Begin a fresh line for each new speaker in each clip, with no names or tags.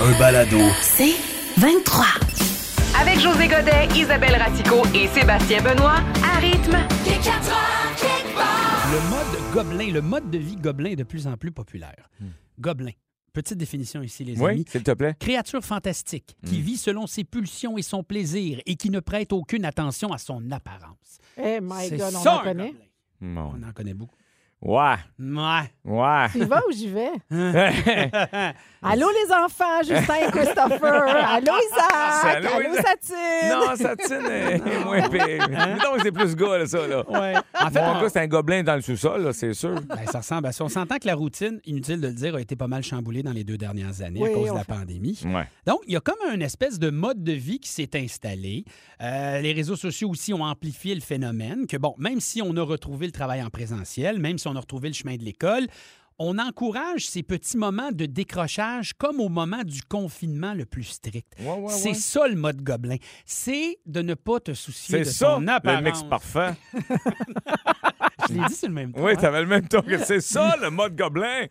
Un balado.
C'est 23.
Avec José Godet, Isabelle Ratico et Sébastien Benoît, à rythme.
Le mode gobelin, le mode de vie gobelin est de plus en plus populaire. Gobelin. Petite définition ici, les
Oui,
amis.
s'il te plaît.
Créature fantastique qui vit selon ses pulsions et son plaisir et qui ne prête aucune attention à son apparence.
Eh my
C'est
God, on
ça,
en
un
connaît.
gobelin.
Bon.
On en connaît beaucoup.
Ouais,
Ouais.
ouais.
Tu y vas ou j'y vais?
Ah,
Allô, les enfants, Justin et Christopher. Allô, Isaac.
Salut,
Allô,
Isaac.
Satine.
Non, Satine est moins pire. Donc, c'est plus gars, là, ça. Là.
Hein? ouais. En fait,
Mon
on-
gars, c'est un gobelin dans le sous-sol, là, c'est sûr.
ben, ça ressemble à ça. On s'entend que la routine, inutile de le dire, a été pas mal chamboulée dans les deux dernières années
Oui,
à cause de
on
la
fait-
pandémie.
Ouais.
Donc, il y a comme une espèce de mode de vie qui s'est installé. Euh, les réseaux sociaux aussi ont amplifié le phénomène que, bon, même si on a retrouvé le travail en présentiel, même si on a retrouvé le chemin de l'école, on encourage ces petits moments de décrochage comme au moment du confinement le plus strict.
Ouais, ouais, ouais.
C'est ça le mode gobelin. C'est de ne pas te soucier
C'est
de
ça,
ton
le
apparence.
mix parfait.
Je l'ai dit sur le même ton.
Oui,
hein?
t'avais le même ton que c'est ça, le mode gobelin.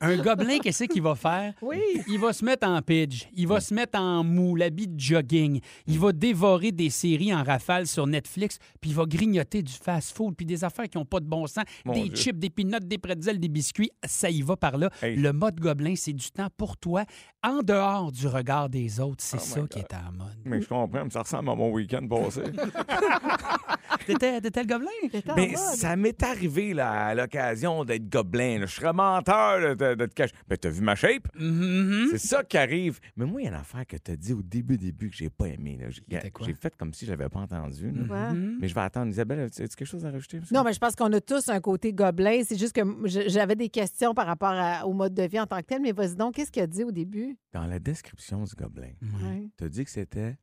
Un gobelin, qu'est-ce qu'il va faire?
Oui.
Il va se mettre en pidge, il
Mm.
va se mettre en mou, l'habit de jogging, il va dévorer des séries en rafale sur Netflix, puis il va grignoter du fast-food, puis des affaires qui n'ont pas de bon sens,
Mon
des
Dieu.
chips, des peanuts, des pretzels, des biscuits, ça y va par là.
Hey.
Le mode gobelin, c'est du temps pour toi, en dehors du regard des autres,
Oh
c'est ça qui est en mode.
Mais je comprends, mais ça ressemble à mon week-end passé.
T'étais t'étais le gobelin?
T'es en
Mais
mode.
ça m'est arrivé là, à l'occasion d'être gobelin. là. Je serais menteur de, de- de te cacher. Mais t'as vu ma shape?
Mhm.
C'est ça qui arrive. Mais moi, il y a une affaire que t'as dit au début, début que j'ai pas aimé. là. J'ai
C'était quoi?
j'ai fait comme si je l'avais pas entendu. là.
Ouais.
Mais je vais attendre. Isabelle, as-tu as-tu quelque chose à rajouter?
Non, mais je pense qu'on a tous un côté gobelin. C'est juste que m- je- j'avais des questions par rapport à- au mode de vie en tant que tel. Mais vas-y donc, qu'est-ce qu'il a dit au début?
Dans la description du gobelin,
Ouais.
Ouais.
t'as dit que c'était...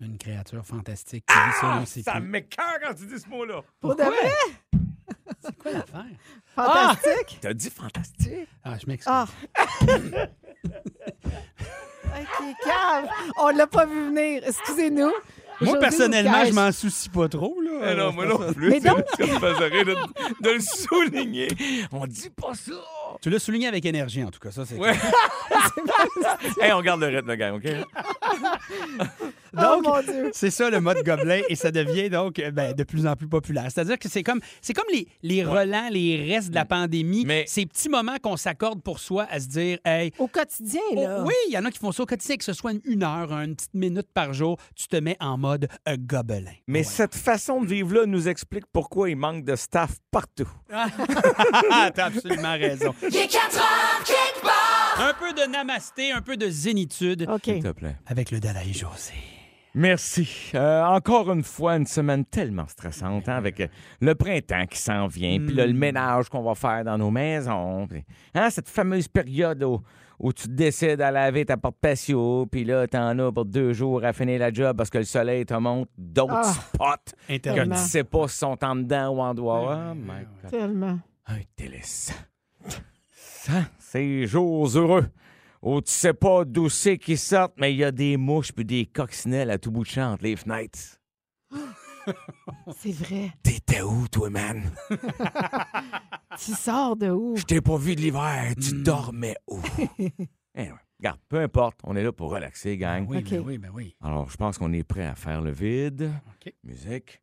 Une créature fantastique. qui vit selon ses
Ah, Ça
pulsions.
m'écœure quand tu dis ce mot-là!
Pour de vrai?
C'est quoi l'affaire?
Fantastique.
T'as dit fantastique!
Ah, je m'excuse.
Ah! OK, cave! On ne l'a pas vu venir. Excusez-nous.
Moi,
José
personnellement,
nous
je m'en soucie pas trop. Là.
Ah non, moi non plus.
Mais
C'est-
donc-
Ça me faisait rire de, de le souligner. On dit pas ça.
Tu l'as souligné avec énergie, en tout cas. Ça, c'est
Ouais. hey, on garde le rythme, le gars, OK?
Oh,
Donc,
mon Dieu.
c'est ça le mode gobelin et ça devient donc euh, ben, de plus en plus populaire. C'est-à-dire que c'est comme, c'est comme les, les relents, les restes de la pandémie,
Mais-
ces petits moments qu'on s'accorde pour soi à se dire, hey,
Au quotidien,
oh,
là.
oui, il y en a qui font ça au quotidien, que ce soit une heure, une petite minute par jour, tu te mets en mode euh, gobelin.
Mais cette façon de vivre-là nous explique pourquoi il manque de staff partout.
Ah, t'as absolument raison. Un peu de namasté, un peu de zénitude
OK.
S'il te plaît.
avec le Dalai José.
Merci. Euh, encore une fois, une semaine tellement stressante hein, avec euh, le printemps qui s'en vient, puis là, le ménage qu'on va faire dans nos maisons. puis, hein, cette fameuse période où, où tu décides à laver ta porte patio, puis là, t'en as pour deux jours à finir la job parce que le soleil te montre d'autres
Ah.
spots que tu
Internet.
Tellement.
sais pas si sont en dedans ou en dehors. Oh my God.
Tellement.
Un délice. Ça, c'est jours heureux. Où tu sais pas d'où c'est qu'ils sortent, mais il y a des mouches puis des coccinelles à tout bout de champ entre les fenêtres.
C'est vrai.
T'étais où, toi, man?
Tu sors de où?
Je t'ai pas vu de l'hiver. Tu dormais où? anyway, regarde, peu importe, on est là pour relaxer, gang.
Oui,
OK.
ben oui, ben oui.
Alors, je pense qu'on est prêt à faire le vide.
OK.
Musique.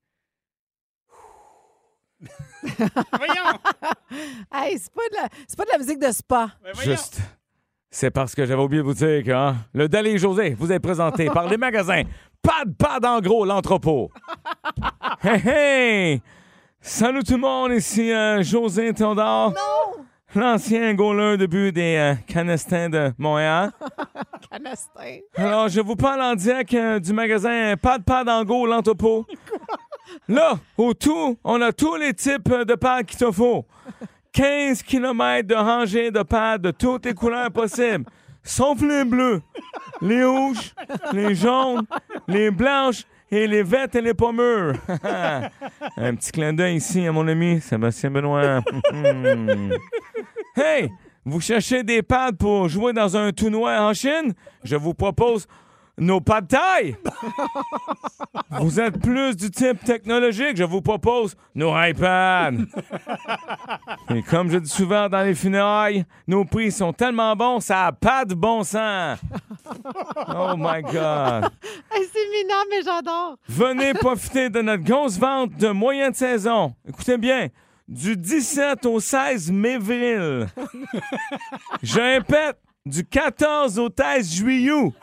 Hey, c'est pas, de la... c'est pas de la musique de spa.
Juste. C'est parce que j'avais oublié de vous dire que hein, le Dalé José vous est présenté par les magasins Pad Pad en gros l'entrepôt. hey, hey! Salut tout le monde, ici euh, José Théodore.
Oh!
L'ancien goaler de but des euh, Canestins de Montréal.
Canastin.
Alors, je vous parle en direct euh, du magasin Pad Pad en gros l'entrepôt. Là, au tout, on a tous les types euh, de pads qu'il te faut. 15 km de rangées de pads de toutes les couleurs possibles. sauf les bleus, les rouges, les jaunes, les blanches et les vertes et les pommures. Un petit clin d'œil ici à mon ami Sébastien Benoît. hey, vous cherchez des pads pour jouer dans un tournoi en Chine? Je vous propose nos pad taille. vous êtes plus du type technologique. Je vous propose nos iPads. Et comme je dis souvent dans les funérailles, nos prix sont tellement bons, ça n'a pas de bon sens. Oh my God.
C'est minable, mais j'adore.
Venez profiter de notre grosse vente de moyenne saison. Écoutez bien, du 17 au 16 mévril. Je répète, du 14 au 13 juillet.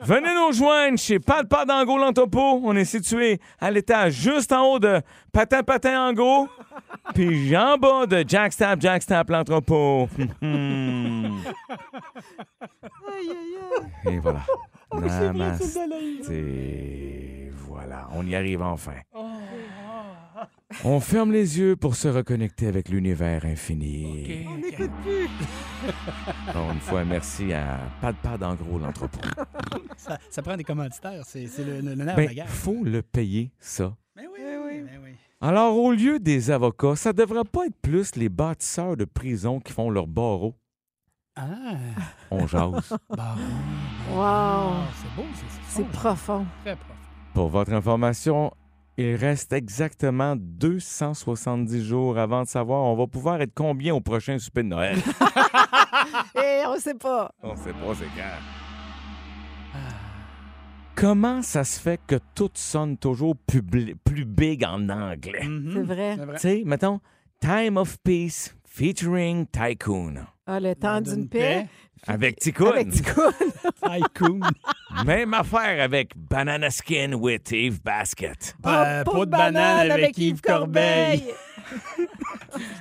Venez nous rejoindre chez Palpa d'Ango l'Entopo. On est situé à l'étage juste en haut de Patin Patin Ango, puis en bas de Jackstap Jackstap l'Entrepôt. Hum, hum.
Aïe, aïe, aïe.
Et voilà.
Oh, mais c'est vrai, c'est de l'œil.
Namasté. Voilà, on y arrive enfin.
Oh.
On ferme les yeux pour se reconnecter avec l'univers infini.
On n'écoute plus.
Encore une fois, merci à Palpa d'Angro l'Entrepôt.
Ah,
Ça, ça prend des commanditaires, c'est c'est le, le- le nerf de
Ben,
la guerre.
faut le payer, ça.
Mais Ben oui, mais oui. Mais oui.
Alors, au lieu des avocats, ça devrait pas être plus les bâtisseurs de prison qui font leur barreau.
Ah,
On jase.
bah,
Wow.
ah, c'est beau, c'est- c'est
C'est
fort,
profond.
c'est très propre.
Pour votre information, il reste exactement 270 jours avant de savoir on va pouvoir être combien au prochain souper de Noël.
Et Eh, on sait pas.
on sait pas, c'est quand. Comment ça se fait que tout sonne toujours plus, bli- plus big en anglais?
Mhm.
C'est vrai.
C'est vrai.
Tu sais, mettons, Time of Peace featuring Tycoon.
Ah, le temps d'une paix.
Avec Ticoun.
Avec Ticoun.
Tycoon.
Même affaire avec Banana Skin with Eve Basket.
Oh,
Pas- pas Bah, de banane avec Yves Corbeil.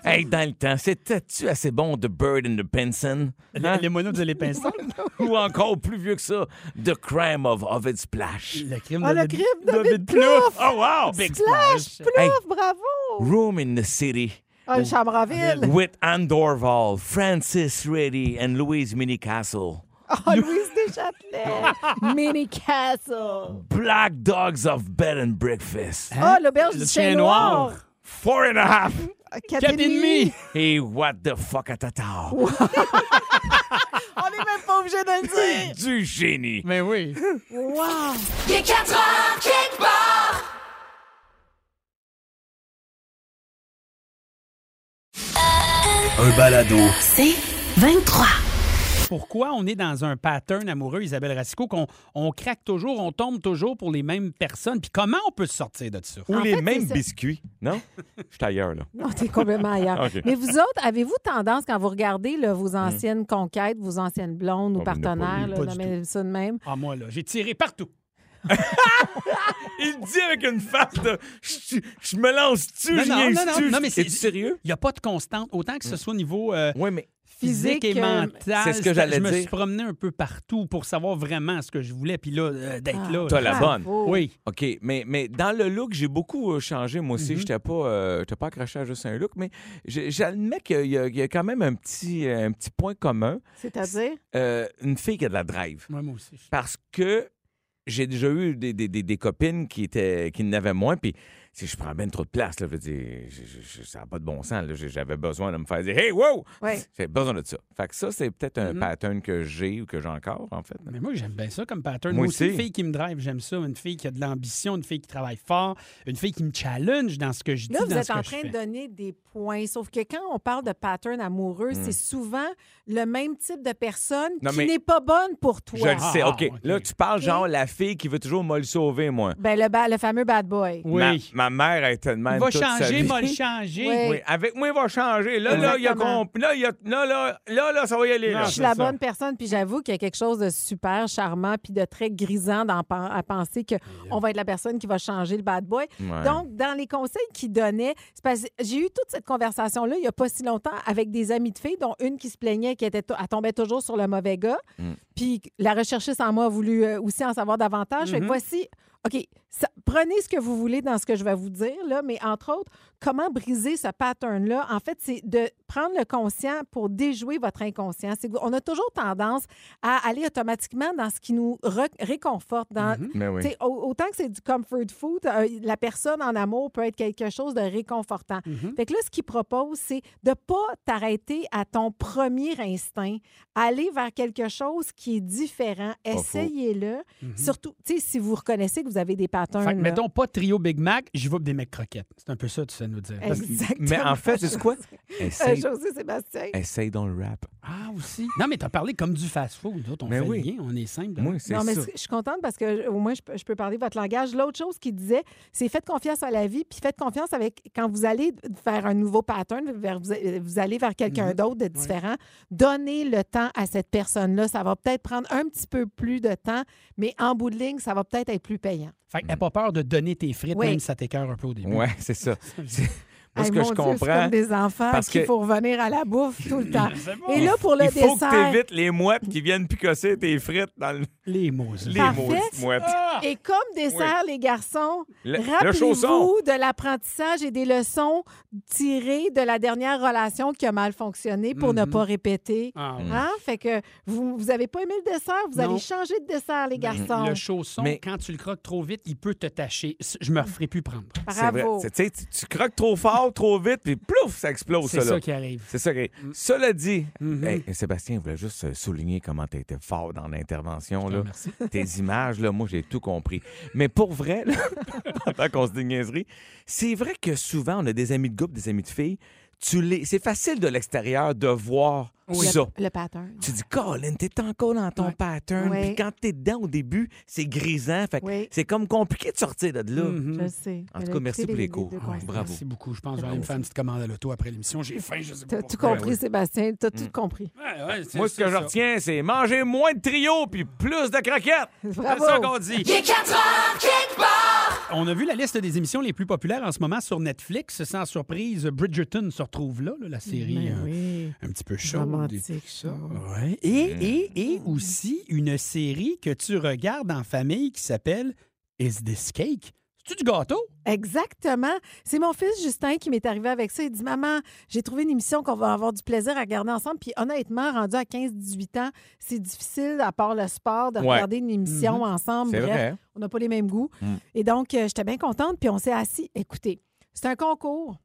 Hey, dans le temps, c'était-tu assez bon de Bird and the Benson? Hein?
Le- Les monos de l'épinçon.
Ou encore plus vieux que ça, The Crime of Ovid Splash.
Le crime
Ah,
de
le
David-
crime de David
Plouf! Oh, wow!
Big
Flash,
Splash.
plouf,
Hey.
bravo.
Room in the City
Ah,
Oh.
le Chambre-en-Ville.
with Anne Dorval, Francis Reddy and Louise Minicastle.
Oh, Louise Deschâtelet. Mini Castle.
Black Dogs of Bed and Breakfast.
Ah, l'auberge
Hein? Le
du
chien
chien noir.
noir.
Four and a half.
Quatre
Quatre
et
et demi.
Et what the fuck a tata?
On n'est même pas obligé de le dire.
Du génie.
Mais Ben oui.
Wow.
Il est 4 heures quelque part. Un balado.
C'est 23.
Pourquoi on est dans un pattern amoureux, Isabelle Racicot, qu'on on craque toujours, on tombe toujours pour les mêmes personnes? Puis comment on peut se sortir de ça?
Ou
En
les
fait,
mêmes
c'est ça.
biscuits. Non? Je suis ailleurs, là.
Non, t'es complètement ailleurs.
OK.
Mais vous autres, avez-vous tendance, quand vous regardez là, vos anciennes conquêtes, vos anciennes blondes
Oh,
ou
mais n'a pas
partenaires,
eu.
là,
Pas du
nommez ça de même,
Ah, moi, là, j'ai tiré partout.
Il dit avec une face de je, je me lance-tu,
Non,
je
non, non,
niaise-tu.
non, non, mais c'est-
Es-tu sérieux?
Il n'y a pas de constante, autant que ce soit au niveau euh,
Oui, mais
physique, et
Mm. Physique, euh,
mental.
c'est ce que j'allais
Je me suis
dire.
promené un peu partout pour savoir vraiment ce que je voulais, puis là, euh, d'être
Ah.
là.
T'as la
là.
bonne.
bravo.
Oui.
OK, mais, mais dans le look, j'ai beaucoup euh, changé. Moi
Mm-hmm.
aussi, j'étais pas, euh, j'étais pas accroché à juste un look, mais j'ai- j'admets qu'il y, a- il y a quand même un petit, euh, un petit point commun.
C'est-à-dire?
Euh, une fille qui a de la drive.
Moi, moi aussi. je-
Parce que j'ai déjà eu des, des- des- des copines qui, étaient, qui n'avaient moins, puis si je prends bien trop de place, là, je veux dire, je- je- je- ça n'a pas de bon sens. là. J'ai- J'avais besoin de me faire dire « Hey, wow!
Ouais.
J'ai besoin de ça. Fait que ça, c'est peut-être un
Mhm.
pattern que j'ai ou que j'ai encore, en fait.
Mais moi, j'aime bien ça comme pattern.
Moi
Moi aussi,
aussi.
une fille qui me drive, j'aime ça. Une fille qui a de l'ambition, une fille qui travaille fort, une fille qui me challenge dans ce que je dis,
Là, vous
dans
êtes
ce que
en
je
train de
fais.
donner des points, sauf que quand on parle de pattern amoureux, c'est souvent le même type de personne
Hmm. Non,
qui
mais-
n'est pas bonne pour toi.
Je le sais,
Ah,
OK.
OK.
Là, tu parles
OK.
genre la fille qui veut toujours me le sauver, moi.
Ben, le, ba- le fameux bad boy.
Oui.
Ma, ma mère est tellement.
Il va changer, va le changer.
Oui.
Oui, avec moi, il va changer. Là, là, il y a
Exactement.
comp- Là, il y a... là, là, là, là, ça va y aller.
Non,
là.
Je suis
c'est
la
ça.
bonne personne, puis j'avoue qu'il y a quelque chose de super charmant puis de très grisant d'en pen- à penser qu'on
hein.
va être la personne qui va changer le bad boy.
Ouais.
Donc, dans les conseils qu'il donnait, c'est parce que j'ai eu toute cette conversation-là il n'y a pas si longtemps avec des amies de filles, dont une qui se plaignait qu'elle était to- elle tombait toujours sur le mauvais gars. Puis la recherchiste en moi a voulu euh, aussi en savoir davantage. Fait que voici OK, ça- prenez ce que vous voulez dans ce que je vais vous dire, là, mais entre autres, comment briser ce pattern-là? En fait, c'est de prendre le conscient pour déjouer votre inconscient. C'est que vous- on a toujours tendance à aller automatiquement dans ce qui nous re- réconforte, dans,
Mais oui.
tu sais, au- Autant que c'est du comfort food, euh, la personne en amour peut être quelque chose de réconfortant.
Mhm.
Fait que là, ce qu'il propose, c'est de pas t'arrêter à ton premier instinct, aller vers quelque chose qui est différent.
faux. Mhm.
Essayez-le. Surtout, tu sais, si vous reconnaissez que vous avez des patterns.
Fait que,
là.
mettons pas trio Big Mac, j'y vais pour des mecs croquettes. C'est un peu ça, tu sais nous dire.
Exactement.
Mais en fait, c'est quoi?
Euh,
Essaye,
José Sébastien.
essaye dans le rap.
Ah, aussi. Non, mais t'as parlé comme du fast-food. Nous autres, on
Mais
fait
Ben oui.
le lien, on est simple.
Moi, c'est
Non, mais
ça.
je suis contente parce que au moins, je peux, je peux parler votre langage. L'autre chose qu'il disait, c'est faites confiance à la vie, puis faites confiance avec quand vous allez faire un nouveau pattern, vers- vous, euh, vous allez vers
Mhm.
quelqu'un d'autre de différent, donnez le temps à cette personne-là. Ça va peut-être prendre un petit peu plus de temps, mais en bout de ligne, ça va peut-être être plus payant.
Fait que n'aie pas peur de donner tes frites,
Oui.
même si ça t'écoeure un peu au début.
Mm. Ouais, c'est ça. C'est- Moi,
Hey,
ce que
mon
je
Dieu, c'est
comprends,
comme des enfants
parce
qu'il
que-
faut revenir à la bouffe tout le temps. Et
il
là,
f-
pour le
il faut
dessert.
que t'évites les mouettes qui viennent picosser tes frites dans le-
Les mots. ça.
les
Parfait. Ah,
maudites mouettes.
Et comme dessert, les garçons,
Le- le
rappelez-vous
chausson.
de l'apprentissage et des leçons tirées de la dernière relation qui a mal fonctionné pour ne pas répéter.
Ah,
Mm.
ouais.
Hein? Fait que vous vous avez pas aimé le dessert, vous
Non.
allez changer de dessert,
Ben,
les garçons.
Le chausson,
Mais-
quand tu le croques trop vite, il peut te tacher. Je
Mm.
me referai plus prendre.
C'est vrai.
Bravo.
C'est- tu sais, Tu, tu croques trop fort, trop vite, puis plouf, ça explose.
C'est
ça,
ça
là.
qui arrive.
C'est ça. qui-
Mm.
Cela dit,
Mm-hmm.
hey, Sébastien, je voulais juste euh, souligner comment tu étais fort dans l'intervention. là.
remercie.
Tes images, là, moi, j'ai tout compris. Mais pour vrai, là, pendant qu'on se dit niaiserie, c'est vrai que souvent, on a des amis de groupe, des amis de filles. Tu les... C'est facile de l'extérieur de voir
Le-
ça.
Le, pattern.
Tu dis, Colin, t'es encore dans ton pattern.
Ouais.
Puis quand t'es dedans au début, c'est grisant. Fait que
Oui.
c'est comme compliqué de sortir de là.
Mm-hmm.
Je le sais.
En
Elle
tout
a
cas, merci
écouté
pour les
vidéos
cours.
de
Ah,
conseils.
bravo.
Merci beaucoup. Je pense que je vais aller me faire une petite commande à l'auto après l'émission. J'ai faim, je sais pas.
T'as tout
pourquoi.
compris, Sébastien. T'as
Mm.
tout compris.
Ouais, ouais, c'est-
Moi, ce
c'est
que je
ça.
retiens, c'est manger moins de trio puis plus de croquettes.
C'est ça
Bravo.
qu'on dit.
Il est 4 heures, quelque part.
On a vu la liste des émissions les plus populaires en ce moment sur Netflix. Sans surprise, Bridgerton se retrouve là, là, la série
Mais
hein.
euh,
Ben
un
oui.
petit peu chaude.
Romantique,
et tout ça.
Ah,
Ouais. Et, et, et aussi une série que tu regardes en famille qui s'appelle Is This Cake? C'est-tu du gâteau?
Exactement. C'est mon fils Justin qui m'est arrivé avec ça. Il dit Maman, j'ai trouvé une émission qu'on va avoir du plaisir à regarder ensemble. Puis honnêtement, rendu à 15-18 ans, c'est difficile, à part le sport, de
Ouais. Mhm.
regarder une émission ensemble.
C'est
Bref, hein?
vrai.
on n'a pas les mêmes goûts. Et donc, euh, j'étais bien contente. Puis on s'est assis. Écoutez, c'est un concours.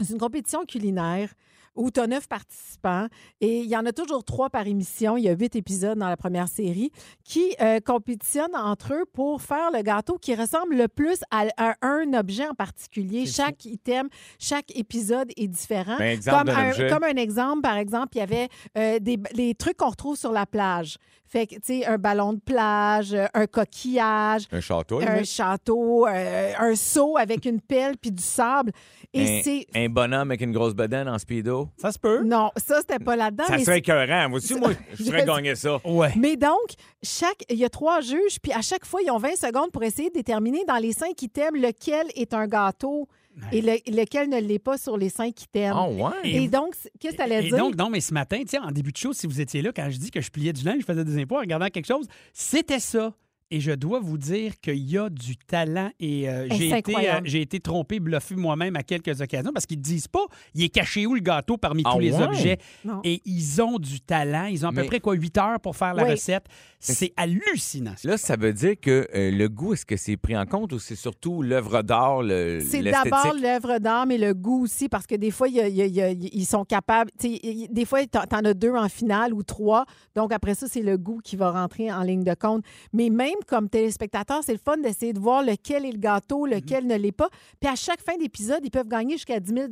C'est une compétition culinaire où tu as neuf participants et il y en a toujours trois par émission. Il y a huit épisodes dans la première série qui euh, compétitionnent entre eux pour faire le gâteau qui ressemble le plus à, à un objet en particulier. Chaque item, chaque épisode est différent.
Ben, exemple
comme,
d'un
un,
objet.
comme un exemple, par exemple, il y avait euh, des, les trucs qu'on retrouve sur la plage. Fait que, tu sais, un ballon de plage, euh, un coquillage,
Un château.
un château, euh, un seau avec une pelle puis du sable. Et c'est.
un, un bonhomme avec une grosse bedaine en speedo.
Ça se peut.
Non, ça, c'était pas là-dedans.
Ça
mais
serait écœurant. Moi aussi, moi, je
Je-
ferais gagner ça.
Ouais.
Mais donc, chaque, il y a trois juges, puis à chaque fois, ils ont 20 secondes pour essayer de déterminer dans les cinq items lequel est un gâteau et le- lequel ne l'est pas sur les cinq items.
Ah, ouais.
Et donc, c- qu'est-ce que tu allais
Et
dire?
donc, non, mais ce matin, tu sais, en début de show, si vous étiez là, quand je dis que je pliais du linge, je faisais des impôts en regardant quelque chose, c'était ça. Et je dois vous dire qu'il y a du talent et euh,
Eh,
j'ai
c'est
été,
incroyable.
j'ai été trompé, bluffé moi-même à quelques occasions parce qu'ils ne disent pas il est caché où le gâteau parmi
Ah
tous les
ouais?
objets.
Non.
Et ils ont du talent. Ils ont à peu
Mais-
près quoi 8 heures pour faire la
Oui.
recette. C'est hallucinant.
Là, ça veut dire que euh, le goût, est-ce que c'est pris en compte ou c'est surtout l'œuvre d'art, le-
C'est
l'esthétique?
d'abord l'œuvre d'art, mais le goût aussi, parce que des fois, il y a- il y a- il y a- ils sont capables. tu sais, il- il- des fois, t'en t'en as deux en finale ou trois. Donc, après ça, c'est le goût qui va rentrer en ligne de compte. Mais même comme téléspectateur, c'est le fun d'essayer de voir lequel est le gâteau, lequel ne l'est pas. Puis à chaque fin d'épisode, ils peuvent gagner jusqu'à 10 000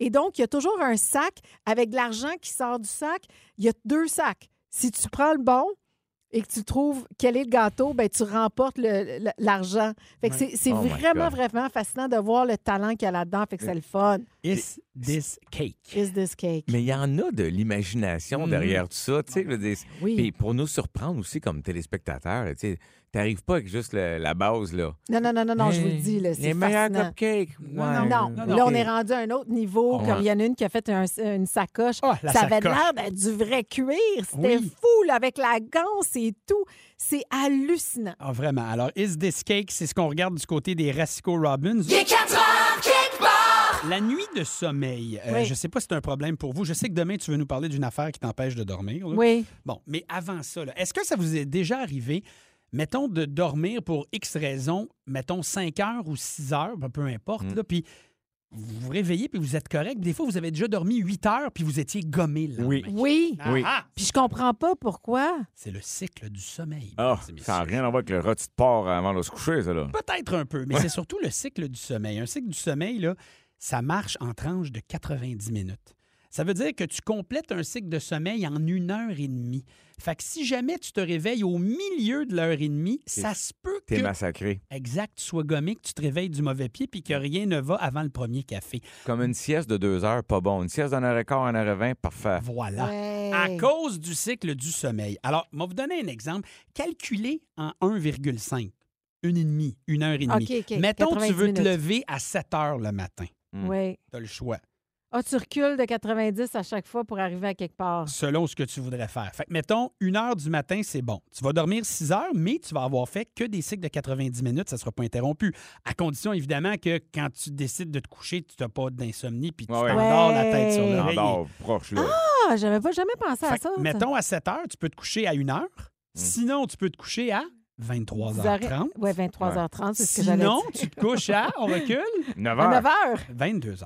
Et donc, il y a toujours un sac avec de l'argent qui sort du sac. Il y a deux sacs. Si tu prends le bon, et que tu trouves quel est le gâteau, ben tu remportes le- le- l'argent. Fait que c'est- c'est
Oh my
vraiment,
God.
vraiment fascinant de voir le talent qu'il y a là-dedans. Fait que c'est le fun.
Is this cake?
Is this cake?
Mais il y en a de l'imagination derrière tout ça. Tu sais, je veux dire,
Mm-hmm. Oui.
Puis pour nous surprendre aussi comme téléspectateurs, là, tu sais, t'arrives pas avec juste le- la base, là.
Non, non, non, non, non, je vous le
Hey,
dis, là, c'est
Les meilleurs
fascinant.
cupcakes.
Non,
Ouais.
non,
non,
là, on
ok.
est rendu à un autre niveau.
Oh, Ouais. Oh,
Comme il y en a une qui a fait un- une sacoche.
Ah, la
ça avait
sacoche.
l'air d'être du vrai cuir. C'était
Oui.
fou, là, avec la ganse c'est tout. C'est hallucinant.
Ah, vraiment. Alors, Is This Cake, c'est ce qu'on regarde du côté des Rasco Robbins.
Il est 4 heures quelque part.
La nuit de sommeil, euh,
Oui.
je sais pas si c'est un problème pour vous. Je sais que demain, tu veux nous parler d'une affaire qui t'empêche de dormir. là.
Oui.
Bon, mais avant ça, là, est-ce que ça vous est déjà arrivé, mettons, de dormir pour X raisons, mettons 5 heures ou 6 heures, ben, peu importe,
Mm.
là, puis vous vous réveillez puis vous êtes correct. Des fois, vous avez déjà dormi 8 heures puis vous étiez gommé là.
Oui.
Oui.
Ah,
Oui.
ah!
Puis je comprends pas pourquoi.
c'est le cycle du sommeil.
Ah,
mesdames et
ça n'a
messieurs.
rien à voir avec le rôti de porc avant de se coucher, ça, là.
Peut-être un peu, mais c'est surtout le cycle du sommeil. Un cycle du sommeil, là, ça marche en tranches de 90 minutes. Ça veut dire que tu complètes un cycle de sommeil en une heure et demie. Fait que si jamais tu te réveilles au milieu de l'heure et demie, ça se peut que
T'es massacré.
exact, tu sois gommé, que tu te réveilles du mauvais pied puis que rien ne va avant le premier café.
Comme une sieste de deux heures, pas bon. Une sieste d'un heure et quart, une heure et vingt, parfait.
Voilà.
Ouais.
À cause du cycle du sommeil. Alors, je vais vous donner un exemple. Calculé en 1,5, une et demie, une heure et demie.
OK, OK.
Mettons, tu
90
veux te
minutes.
lever à 7 heures le matin.
Oui.
Tu as le choix,
Ah, tu recules de 90 à chaque fois pour arriver à quelque part.
selon ce que tu voudrais faire. Fait que, mettons, 1 heure du matin, c'est bon. Tu vas dormir 6 heures, mais tu vas avoir fait que des cycles de 90 minutes, ça ne sera pas interrompu. À condition, évidemment, que quand tu décides de te coucher, tu n'as pas d'insomnie puis tu
Ouais, ouais.
t'endors la tête sur
Ouais.
T'en
l'oreille.
dors bah, oh, proche, là.
Ah, j'avais pas jamais pensé à
Fait que,
ça. ça.
mettons, à 7 heures, tu peux te coucher à 1 heure.
Mm.
Sinon, tu peux te coucher à 23h30.
Oui, 23h30, c'est ce que j'allais
Sinon,
dire.
tu te couches à, on recule,
9
À
heures.
9h.
22h.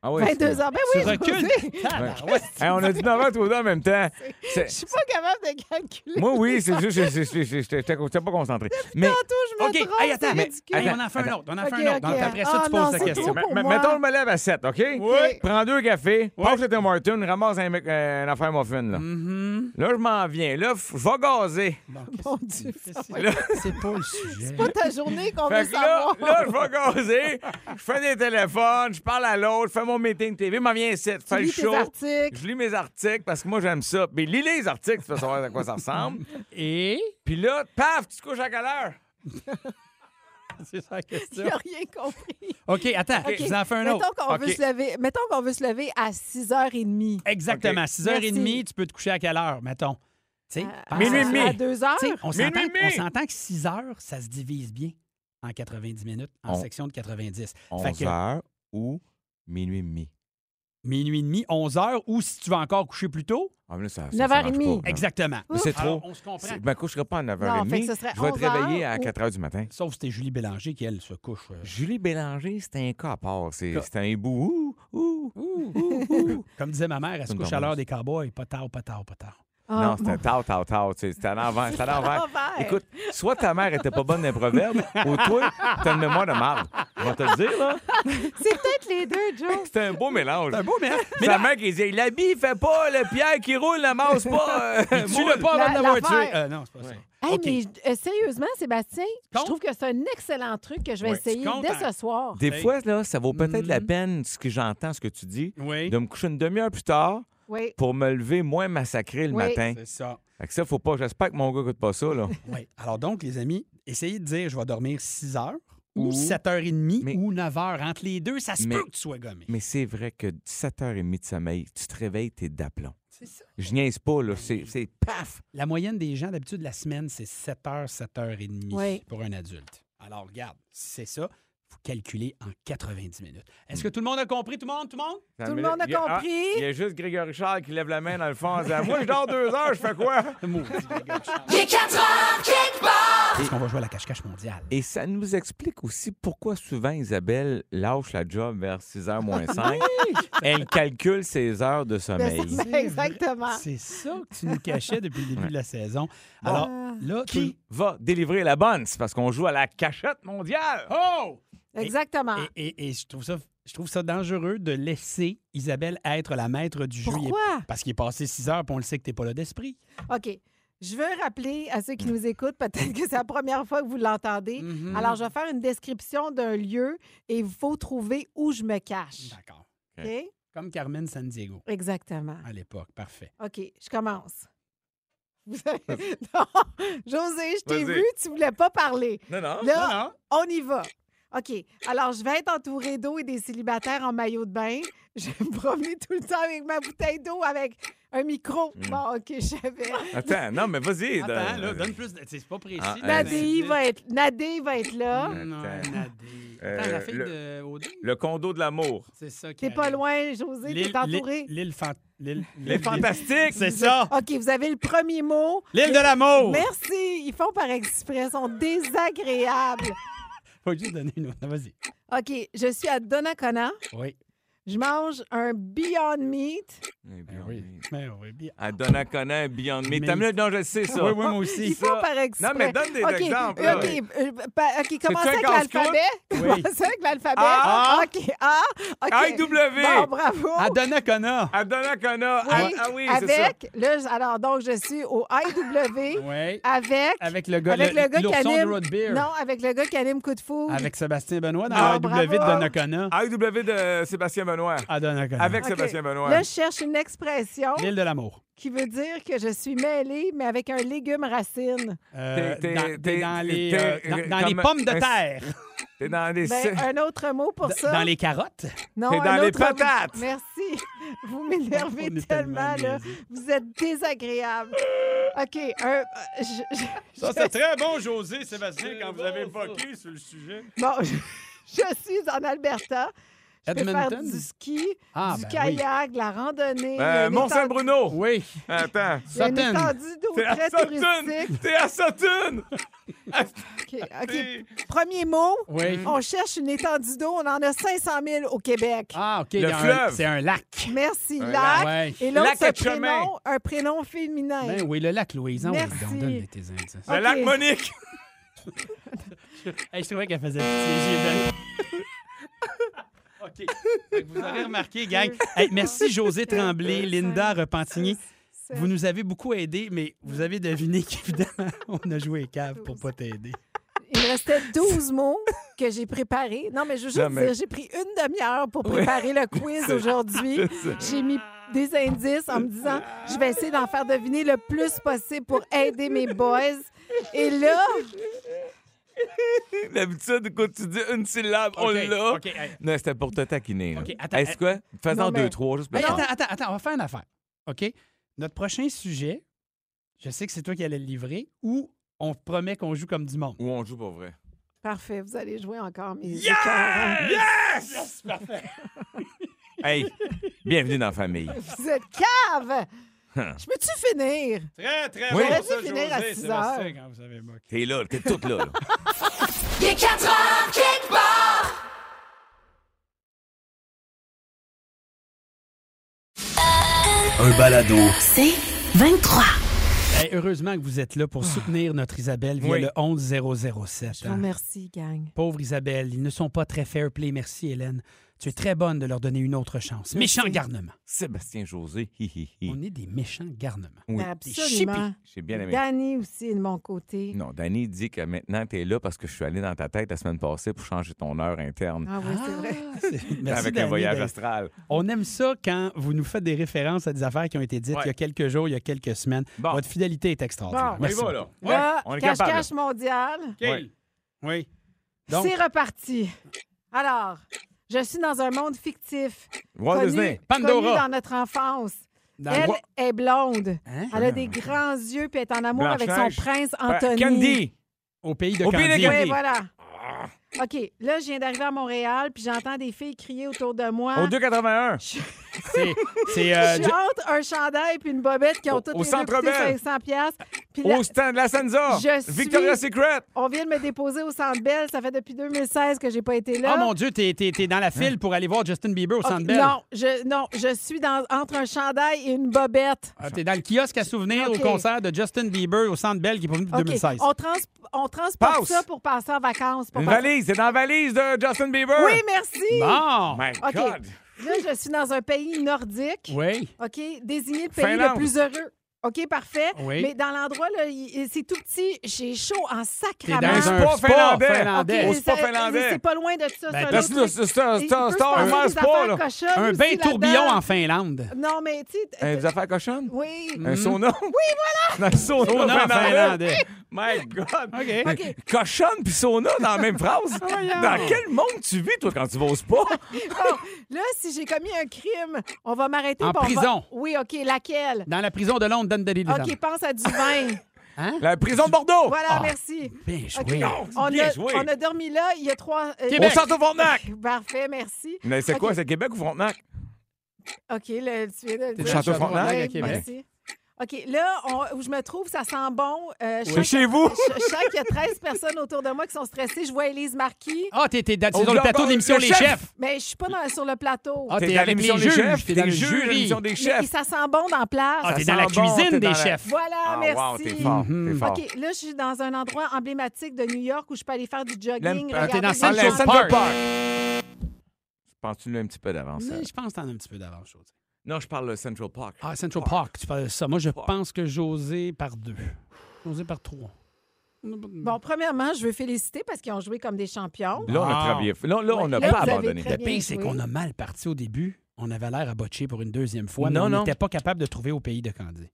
Ah oui,
22h. Ben
Tu
oui, je sais.
recules. Tabarouette.
Hey, on a dit 9 heures tous les deux en même temps.
Je
C'est-
suis pas capable de calculer.
Moi, oui, c'est juste, je- je- je- je- je- j'étais j'étais pas concentré. Mais
Tantôt, je me
OK,
trompe,
hey, attends,
c'est
mais-
ridicule. Ah
hey, on en fait un autre. On en fait un autre. Après ça, tu poses la question.
Trop pour
M-
moi.
mettons, je me lève à 7, OK?
Oui.
Prends deux cafés, passe le Tim Hortons, ramasse un, mec- euh, une affaire muffin, là.
Mm.
Mm-hmm.
Là, je m'en viens. Là, f- je vais gazer.
Bon,
Oh, Mon Dieu,
qu'est-ce
ça
que-
va
C'est pas le sujet.
pas ta journée qu'on veut
Fait que là,
savoir.
là, je vais gazer, je fais des téléphones, je parle à l'autre, je fais mon meeting TV, m'en viens ici, je fais
Tu
le
lis tes
show.
articles.
Je lis mes articles parce que moi, j'aime ça. Mais lis les articles, tu vas savoir à quoi ça ressemble.
Et
Puis là, paf, tu te couches à quelle heure?
c'est ça la
Tu
question.
n'as rien compris.
OK, attends,
OK.
je vous en fais un
Mettons
autre.
qu'on veut
OK.
se lever. Mettons qu'on veut se lever à 6h30.
Exactement. 6h30,
Merci. Euh,
tu peux te coucher à quelle heure, mettons? Tu sais, pense
minuit
à
et
ça.
demi.
À 2 heures.
Tu sais, on
Minuit
s'entend,
et demi.
on s'entend que 6 heures, ça se divise bien en 90 minutes, en
On-
section de 90. Fait
11
que-
heures ou minuit et demi.
Minuit et demi, 11 heures, ou si tu vas encore coucher plus tôt.
Ah, mais là, ça, ça,
9
ça
heures
marche
et demie.
pas.
Exactement.
Mais c'est
Alors,
trop.
on se comprend.
Je me coucherai pas à 9h30.
Non, fait que ce serait
je vais
11
te réveiller
heures
à
ou-
4h du matin.
Sauf c'était Julie Bélanger qui, elle, se couche. euh,
Julie Bélanger, c'est un cas à part. C'est
Cas.
c'est un hibou. Ouh, ouh, ouh, ouh.
Comme disait ma mère, elle se
Une
couche à l'heure
dormeuse.
des cowboys. Pas tard, pas tard, pas tard.
Ah,
Non, c'est un tard, tard, tard. tu sais, C'est à l'envers. C'est à l'envers.
l'envers.
Écoute, soit ta mère était pas bonne dans les proverbes, ou toi, t'as une mémoire de marde. On va te le dire, là.
C'est peut-être les deux, Joe.
C'est un beau mélange.
beau, mais.
Mais Sa mère qui dit l'habit fait pas, le pierre qui roule, la masse pas. euh,
Tu
moule.
l'as pas avant de
La-
l'avoir
l'affaire.
tué. Euh, non, c'est pas ça.
Hey,
OK.
mais euh, sérieusement, Sébastien, je
Compte?
trouve que c'est un excellent truc que je vais
Ouais.
essayer
Tu comptes
dès
en-
ce soir.
Des
Hey.
fois, là, ça vaut peut-être la
Mhm.
peine, ce que j'entends, ce que tu dis,
Oui.
de me coucher une demi-heure plus tard
Oui.
pour me lever moins massacré le
Oui.
matin.
C'est ça.
Fait que ça, faut pas. J'espère que mon gars écoute pas ça, là.
Oui. Alors, donc, les amis, essayez de dire je vais dormir 6 heures ou
Ou-
7h30
Mais-
ou 9 heures. Entre les deux, ça se
Mais-
peut que tu sois gommé.
Mais c'est vrai que 7h30 de sommeil, tu te réveilles, t'es d'aplomb.
C'est ça.
Je niaise pas, là. C'est c'est paf!
La moyenne des gens, d'habitude, la semaine, c'est 7 heures, 7 heures et demie
Oui.
pour un adulte. Alors, regarde, si c'est ça. Vous calculez en 90 minutes. Est-ce
Mm.
que tout le monde a compris? Tout le monde? Tout le monde?
Tout le monde a
Il y ah,
compris.
Il y a juste Grégory Charles qui lève la main dans le fond en disant Moi, je dors deux heures, je fais quoi?
Maudit, les gars.
Il est 4 heures quelque
Ah!
part.
Parce qu'on va jouer à la cache-cache mondiale.
Et ça nous explique aussi pourquoi souvent Isabelle lâche la job vers 6h moins 5. Elle calcule ses heures de sommeil.
Exactement.
C'est ça que tu nous cachais depuis le début de la saison. Alors, là,
Qui
tu...
va délivrer la bonne? C'est parce qu'on joue à la cachette mondiale.
Oh!
Exactement.
Et, et- et je, trouve ça, je trouve ça dangereux de laisser Isabelle être la maître du jeu.
Pourquoi?
Il est- Parce qu'il est passé 6 heures, puis on le sait que t'es pas là d'esprit.
OK. Je veux rappeler à ceux
Mm.
qui nous écoutent, peut-être que c'est la première fois que vous l'entendez.
Mhm.
Alors, je vais faire une description d'un lieu et il faut trouver où je me cache.
D'accord.
OK?
Comme Carmen San Diego
Exactement.
à l'époque. Parfait.
OK, je commence. Vous avez- Non, José, je t'ai
Vas-y.
vu, tu voulais pas parler.
Non, non.
Là, on y va. OK, alors je vais être entourée d'eau et des célibataires en maillot de bain. Je vais me promener tout le temps avec ma bouteille d'eau, avec un micro.
Mm.
Bon, OK, je vais.
Attends, non, mais vas-y.
Attends, là,
euh,
donne plus. de- C'est pas précis.
Ah,
là,
Nadé
mais-
va être, Nadé va être là.
Non,
Attends.
Nadé.
Euh,
Attends, la fille
le-
de Odin,
Le condo de l'amour.
c'est ça qui
T'es pas
arrive.
loin, José,
L'île-
t'es entouré.
l'île- L'île fan- l'île-
Les
l'île-
fantastiques!
C'est ça.
OK, vous avez le premier mot.
L'île de l'amour.
Merci. Ils font par exprès, sont désagréables.
Faut juste donner une autre. Vas-y.
OK, je suis à Donnacona.
Oui.
Je mange un Beyond Meat.
Eh Ah
Ben oui. Ben oui. bien.
À Donnacona et Beyond Meat.
Mais-
T'as mis le non, je le sais ça.
Oui, oui, moi
Ils
aussi.
font par exprès.
Non, mais donne des
OK,
exemples, là.
OK, euh, pa- OK, commencez
un
avec
casse-croûte?
l'alphabet.
Oui.
Commencez avec l'alphabet.
A.
OK, A. OK.
IW.
Bon, bravo.
À
Ah
Donnacona.
À Donnacona.
Oui,
Ah, ah oui, c'est ça.
avec, là, je- alors, donc, je suis au IW.
Oui.
Avec,
Avec le gars-
Ah avec
le-
le gars qui
l'ourson de
anime-
Root Beer.
Non, avec le gars qui anime Coup de Foudre.
Avec Sébastien Benoît dans
Ah,
la W de
bravo.
Donnacona.
IW de Sébastien Benoît.
À Donnacona.
Avec
OK.
Sébastien Benoît.
Là, je cherche une expression
l'île de l'amour.
qui veut dire que je suis mêlée, mais avec un légume racine.
Euh,
T'es- t'es-
dans,
t'es-
dans les,
t'es-
euh, dans- dans
comme
les pommes de
un-
terre.
T'es dans les...
Ben, un autre mot pour ça.
Dans les carottes.
Non,
T'es
un
dans les
autre mot.
patates.
Merci. Vous
On
m'énervez
est
tellement,
tellement
là.
niaiseux.
Vous êtes désagréable. OK. Un, euh, je- je- je-
très bon, José, Sébastien, quand vous avez
évoqué sur le sujet.
bon, je, je suis en Alberta. Je peux faire
Edmonton.
du ski,
Ah,
du
ben oui.
kayak, de la randonnée.
Euh,
le l'étendue-
Mont-Saint-Bruno.
Oui.
Attends.
Une
Sutton.
étendue d'eau
T'es à
très
Sutton.
touristique.
T'es à Sutton.
OK, OK. Premier mot,
Mm.
Oui.
on cherche une étendue d'eau. On en a 500 000 au Québec.
Ah, OK. il y
Le
a un-
fleuve.
C'est un lac.
Merci,
lac.
Lac.
Ouais.
Et l'autre,
Lac
c'est un
Etchemin.
prénom, un prénom féminin.
Ben oui, le lac Louise. hein,
Merci.
on donne tes indices.
Le
OK.
lac Monique.
Hey, je trouvais qu'elle faisait pitié. J'y ai donné. OK. Fait que Vous aurez remarqué, gang.
Ah,
Hey, merci, José Tremblay, Linda Repentigny. Vous nous avez beaucoup aidés, mais vous avez deviné qu'évidemment, on a joué cave pour pas t'aider.
Il me restait 12 mots que j'ai préparés. Non, mais je veux juste
Non, mais-
dire, j'ai pris une demi-heure pour préparer le quiz aujourd'hui. J'ai mis des indices en me disant, je vais essayer d'en faire deviner le plus possible pour aider mes boys. Et là,
D'habitude, quand tu dis une syllabe, on
OK,
l'a.
OK, hey.
Non, c'était pour te taquiner. là.
OK, attends,
Est-ce quoi? Fais-en
non, mais-
deux, trois, juste pour
Hey,
faire.
attends, attends, attends, on va faire une affaire. OK? Notre prochain sujet, je sais que c'est toi qui allais le livrer, ou on promet qu'on joue comme du monde.
Ou on joue pour vrai.
parfait, vous allez jouer encore mes écœurants.
Yes! hey, bienvenue dans la famille.
Vous êtes cave!
Hein.
Je peux-tu finir?
Très, très
Oui. bon,
J'aurais dû ça, finir à José, six Sébastien, heures.
quand vous avez
T'es là, t'es toute là. là.
Il est 4 heures, kick barre.
Un balado.
C'est 23.
heureusement que vous êtes là pour soutenir notre Isabelle via
Oui.
le 11007.
Je vous remercie, gang.
hein. Pauvre Isabelle, ils ne sont pas très fair play. Merci, Hélène. Tu es très bonne de leur donner une autre chance. Méchant garnement.
Sébastien José, hi, hi, hi.
On est des méchants garnements.
Oui.
Absolument.
J'ai bien aimé.
Danny aussi, de mon côté.
Non, Danny dit que maintenant, t'es là parce que je suis allé dans ta tête la semaine passée pour changer ton heure interne.
Ah oui, c'est vrai.
Merci,
avec un
Dani,
voyage
d'être-
astral.
On aime ça quand vous nous faites des références à des affaires qui ont été dites
Ouais.
il y a quelques jours, il y a quelques semaines.
Bon. ben
Votre fidélité est extraordinaire.
Bon.
On y
Merci
va, là.
beaucoup.
Ouais,
Là,
on est capable.
Ah, cache-cache mondial.
Ouais.
Oui. Donc,
C'est reparti. Alors, je suis dans un monde fictif.
Walt
connu,
Disney.
connu
Pandora.
dans notre enfance.
dans-
elle est blonde.
Hein?
Elle a des grands yeux puis elle est en amour avec son
Blanche-Neige.
prince
Euh,
Anthony.
Candy.
au pays de
Au pays de
Candie.
Candie.
Oui, voilà.
Ah.
OK. Là, je viens d'arriver à Montréal puis j'entends des filles crier autour de moi.
Au 281.
C'est- C'est
Je
euh,
suis
Jo-
entre un chandail puis une bobette qui ont
Au-
toutes
au
les deux
Centre
coûté
Bell.
500 piastres. Puis là,
Au stand de la Senza.
Je
Victoria's
suis-
Secret.
on vient de me déposer au Centre Bell. Ça fait depuis 2016 que j'ai pas été
Ah,
là.
Oh mon Dieu, t'es es, dans la file pour aller voir Justin Bieber au
OK,
Centre Bell.
Non, je, non, je suis dans, entre un chandail et une bobette.
Ah, t'es dans le kiosque à souvenirs
OK.
au concert de Justin Bieber au Centre Bell qui est pour depuis
OK,
2016.
On, trans- on transporte
Passe.
ça pour passer en vacances. pour
Une
passer-
valise. C'est dans la valise de Justin Bieber.
Oui, merci.
Bon.
Oh my
OK.
God.
Là, je suis dans un pays nordique.
Oui.
OK, désigné le pays
Finlande.
le plus heureux. OK, parfait.
Oui.
Mais dans l'endroit, là, il- c'est tout petit. J'ai chaud en
T'es
sacrament.
dans un
spa
spa
finlandais.
finlandais.
OK,
Au spa
ça-
finlandais.
C'est pas loin de ça.
Ben,
ça,
là,
l'autre.
c'est- c'est- c'est un-
Il peut
c'est un
se
spa, un
passer
vrai
des
spa,
affaires
là.
cochonnes
Un
aussi
bain tourbillon
là-dedans.
en Finlande.
Non, mais tu sais.
Euh,
euh,
Vous avez fait cochonne?
Oui.
Un sauna? Oui, voilà! Un sauna,
Sauna en
finlandais.
Oh finlandais.
My God!
OK.
Mais Cochonne puis sauna dans la même phrase? dans quel monde tu vis, toi, quand tu vas au spa?
Bon, là, si j'ai commis un crime, on va m'arrêter.
En
puis on va-
prison.
Oui, OK. Laquelle?
Dans la prison de Londres, Dundee, les
OK, pense à du vin.
Hein?
La prison de Bordeaux!
Voilà,
Ah,
merci.
Bien
OK.
joué.
On,
bien
a,
joué.
on a dormi là, il y a trois... euh,
On
Québec.
sort au Frontenac!
Parfait, merci.
Mais c'est quoi,
OK.
c'est Québec ou Frontenac?
OK, là, tu viens de le
T'es
dire.
Château Frontenac,
Oui,
à Québec.
Merci. OK, là, on- où je me trouve, ça sent bon. Euh, je
C'est
sens que-
chez vous!
je- je sens qu'il y a 13 personnes autour de moi qui sont stressées. Je vois Élise Marquis,
Ah, t'es, t'es, dans-
Oh,
c'est dans le
là,
plateau
bon,
de l'émission
le
Les
chef.
Chefs.
mais je suis pas dans- sur le plateau.
Ah, t'es
à
avec
l'émission
les
des
juges,
chefs,
t'es dans
des
le
juges,
jury.
l'émission des
mais
chefs.
ça sent bon dans la place.
Ah,
Ça
t'es dans la
sent bon, t'es
cuisine
dans
des
la-
chefs.
Voilà,
Ah,
merci.
wow, t'es fort, t'es fort.
OK, là, je suis dans un endroit emblématique de New York où je peux aller faire du jogging.
L'aime- Ah,
t'es dans
regarder
Ah,
Central
les
la
gens.
scène
Park.
de Park. Je pense que tu l'as un petit peu d'avance.
Ah, Mais
elle.
je pense que t'en as un petit peu d'avance, José.
Non, je parle de Central Park.
hein? Ah, Central Park, tu parles de ça. Moi, je pense que José par deux. José par trois.
Bon, premièrement, je veux féliciter parce qu'ils ont joué comme des champions.
Là, on a
Wow.
travaillé. Là, là, on n'a
Ouais, là,
pas
vous avez
abandonné.
très
Le pire, c'est
joué.
qu'on a mal parti au début. On avait l'air à botcher pour une deuxième fois,
Non,
mais
non.
on n'était pas capable de trouver au pays de Candy.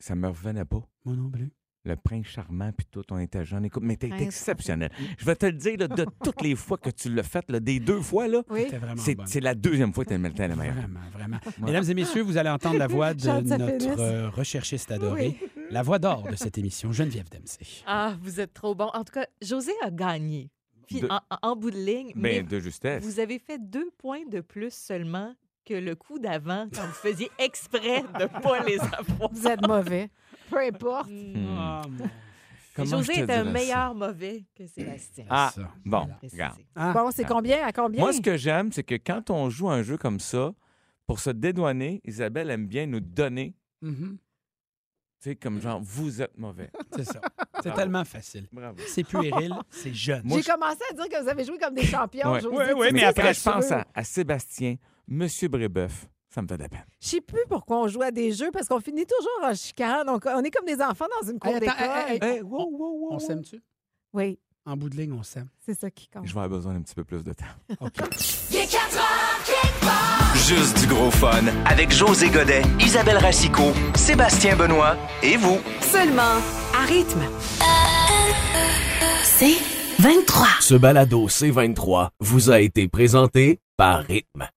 Ça me revenait pas.
Moi non plus.
Le prince charmant, puis tout, on était jeunes. Écoute, mais t'es
Prince
exceptionnel. Je vais te le dire, là, de toutes les fois que tu l'as fait, là, des deux fois, là,
Oui.
C'était vraiment
c'est
bonne.
c'est la deuxième fois que tu as le temps la meilleure.
Vraiment, vraiment. Mesdames et messieurs, vous allez entendre la voix de
Chante sa
notre
pénis.
euh, recherchiste adorée, la voix d'or de cette émission, Geneviève Dempsey.
Ah, vous êtes trop bon. En tout cas, José a gagné. Puis
De-
en, en- en bout de ligne, mais
Ben, de justesse.
vous avez fait deux points de plus seulement que le coup d'avant quand vous faisiez exprès de ne pas les avoir.
Vous êtes mauvais. Peu importe.
Ah,
Hmm. Comment je
José
te
est un
dirais ça?
meilleur mauvais que Sébastien.
Ah,
Ça,
bon,
Précisé.
regarde.
Ah.
Bon, c'est combien à combien?
Moi, ce que j'aime, c'est que quand on joue à un jeu comme ça, pour se dédouaner, Isabelle aime bien nous donner,
Mhm,
tu sais, comme genre, vous êtes mauvais.
C'est ça. C'est
Bravo.
tellement facile.
Bravo.
C'est puéril, c'est jeune.
moi,
J'ai
je-
commencé à dire que vous avez joué comme des champions.
Ouais.
Josée.
Ouais,
Tu
ouais,
me
mais
dis
après,
Quand
que
je pense
veux.
à, à Sébastien, Monsieur Brébeuf, ça me fait de la peine.
Je sais plus pourquoi on joue à des jeux parce qu'on finit toujours en chicane. Donc, on est comme des enfants dans une cour
Hey, attends, euh,
d'école.
hey, hey, hey,
wow, wow, wow,
On
wow.
s'aime-tu?
Oui,
En bout de ligne, on s'aime.
c'est ça qui compte.
Je vais avoir besoin d'un petit peu plus de temps.
Il est 4 heures, quelque part.
Juste du gros fun avec José Godet, Isabelle Racicot, Sébastien Benoît et vous.
Seulement à rythme. C'est 23.
Ce balado C23 vous a été présenté par Rythme.